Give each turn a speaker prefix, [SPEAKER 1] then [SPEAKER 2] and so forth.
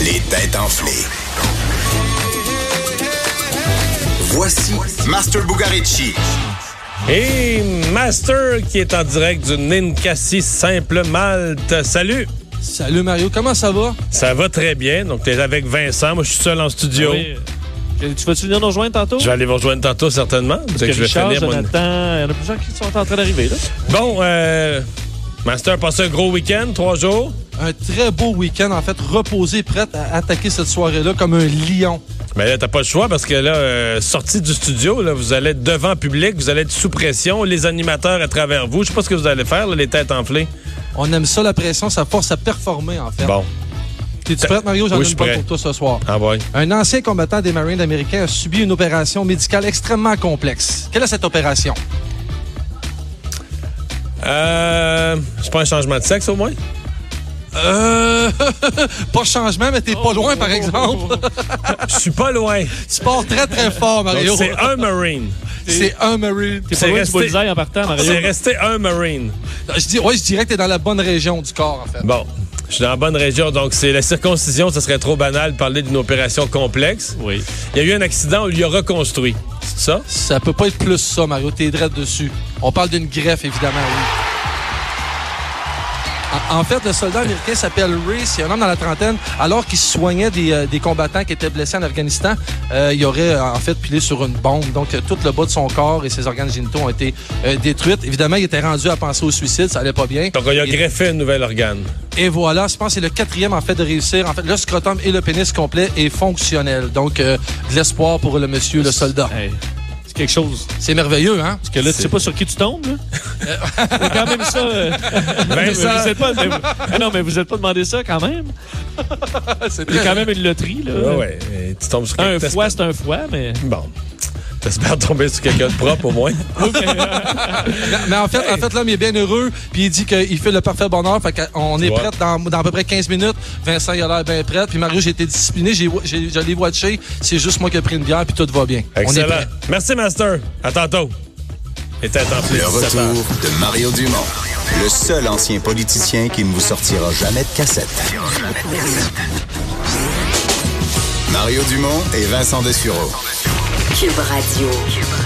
[SPEAKER 1] Les têtes enflées. Voici Master Bugarici.
[SPEAKER 2] Et Master qui est en direct du Ninkasi Simple Malte. Salut!
[SPEAKER 3] Salut Mario, comment ça va?
[SPEAKER 2] Ça va très bien. Donc, t'es avec Vincent. Moi, je suis seul en studio.
[SPEAKER 4] Oui. Euh, Tu vas-tu venir nous rejoindre tantôt?
[SPEAKER 2] Je vais aller vous rejoindre tantôt, certainement. parce
[SPEAKER 4] Parce
[SPEAKER 2] que
[SPEAKER 4] que
[SPEAKER 2] je vais
[SPEAKER 4] Richard,
[SPEAKER 2] finir mon-
[SPEAKER 4] Jonathan, il Euh, y en a plusieurs qui sont en train d'arriver. là.
[SPEAKER 2] Bon, euh, Master, passez un gros week-end, trois jours.
[SPEAKER 3] Un très beau week-end, en fait, reposé, prêt à attaquer cette soirée-là comme un lion.
[SPEAKER 2] Mais Ben là, t'as pas le choix parce que là, euh, sorti du studio, là, vous allez être devant public, vous allez être sous pression, les animateurs à travers vous. Je sais pas ce que vous allez faire, là, les têtes enflées.
[SPEAKER 3] On aime ça, la pression, ça force à performer, en fait.
[SPEAKER 2] Bon,
[SPEAKER 3] T'es-tu prête, Mario? J'en
[SPEAKER 2] Oui,
[SPEAKER 3] ai
[SPEAKER 2] je suis
[SPEAKER 3] une bonne
[SPEAKER 2] prêt.
[SPEAKER 3] pour toi ce soir.
[SPEAKER 2] ah ouais.
[SPEAKER 3] Un ancien combattant des Marines américains a subi une opération médicale extrêmement complexe. Quelle est cette opération?
[SPEAKER 2] Euh, c'est pas un changement de sexe, au moins?
[SPEAKER 3] Euh... pas changement, mais t'es pas loin, par
[SPEAKER 4] Oh.
[SPEAKER 3] exemple.
[SPEAKER 2] Je suis pas loin.
[SPEAKER 3] tu pars très, très fort,
[SPEAKER 2] Donc,
[SPEAKER 3] Mario.
[SPEAKER 2] c'est un Marine.
[SPEAKER 3] C'est un Marine.
[SPEAKER 4] T'es
[SPEAKER 2] C'est
[SPEAKER 4] pas loin
[SPEAKER 2] resté-
[SPEAKER 4] du bullseye en partant, Mario.
[SPEAKER 2] C'est resté un Marine.
[SPEAKER 3] Je dis, ouais, je dirais que t'es dans la bonne région du corps, en fait.
[SPEAKER 2] Bon, je suis dans la bonne région, donc c'est la circoncision, ce serait trop banal de parler d'une opération complexe.
[SPEAKER 4] Oui.
[SPEAKER 2] Il y a eu un accident, on lui a reconstruit. C'est ça?
[SPEAKER 3] Ça peut pas être plus ça, Mario. T'es droit dessus. On parle d'une greffe, évidemment, oui. En- En fait, le soldat américain s'appelle Ray. C'est un homme dans la trentaine. Alors qu'il soignait des, euh, des combattants qui étaient blessés en Afghanistan, euh, il aurait euh, en fait pilé sur une bombe. Donc, euh, tout le bas de son corps et ses organes génitaux ont été euh, détruits. Évidemment, il était rendu à penser au suicide. Ça allait pas bien.
[SPEAKER 2] Donc, on lui a
[SPEAKER 3] Et-
[SPEAKER 2] greffé un nouvel organe.
[SPEAKER 3] et voilà, je pense que c'est le quatrième en fait de réussir. En fait, le scrotum et le pénis complet est fonctionnel. Donc, euh, de l'espoir pour le monsieur, le soldat.
[SPEAKER 4] Hey, C'est quelque chose.
[SPEAKER 3] C'est merveilleux, hein?
[SPEAKER 4] Parce que là, tu sais pas sur qui tu tombes. là. C'est quand même ça. euh, mais vous êtes pas, mais vous- Ah non, mais vous n'êtes pas demandé ça quand même.
[SPEAKER 3] C'est
[SPEAKER 4] Il y a quand même une loterie. Là.
[SPEAKER 2] Ouais, Ah ouais. Et tu tombes sur
[SPEAKER 4] Un
[SPEAKER 2] quelqu'un-
[SPEAKER 4] fois, c'est un fois, mais.
[SPEAKER 2] Bon. T'espères tomber sur quelqu'un de propre, au moins.
[SPEAKER 3] Mais en fait, en fait l'homme est bien heureux, puis il dit qu'il fait le parfait bonheur. Fait qu'on est
[SPEAKER 2] Ouais.
[SPEAKER 3] prêt dans, dans à peu près 15 minutes. Vincent, il a l'air bien prêt. Puis Mario, j'ai été discipliné, j'ai, j'ai, je l'ai watché. C'est juste moi qui ai pris une bière, puis tout va bien. On est
[SPEAKER 2] Excellent.
[SPEAKER 3] prêt.
[SPEAKER 2] Merci, Master. À tantôt. Et tête enflée,
[SPEAKER 1] Le
[SPEAKER 2] 17 heures.
[SPEAKER 1] retour de Mario Dumont, le seul ancien politicien qui ne vous sortira jamais de cassette. Mario Dumont et Vincent Dessureau.
[SPEAKER 5] Cube Radio. Cube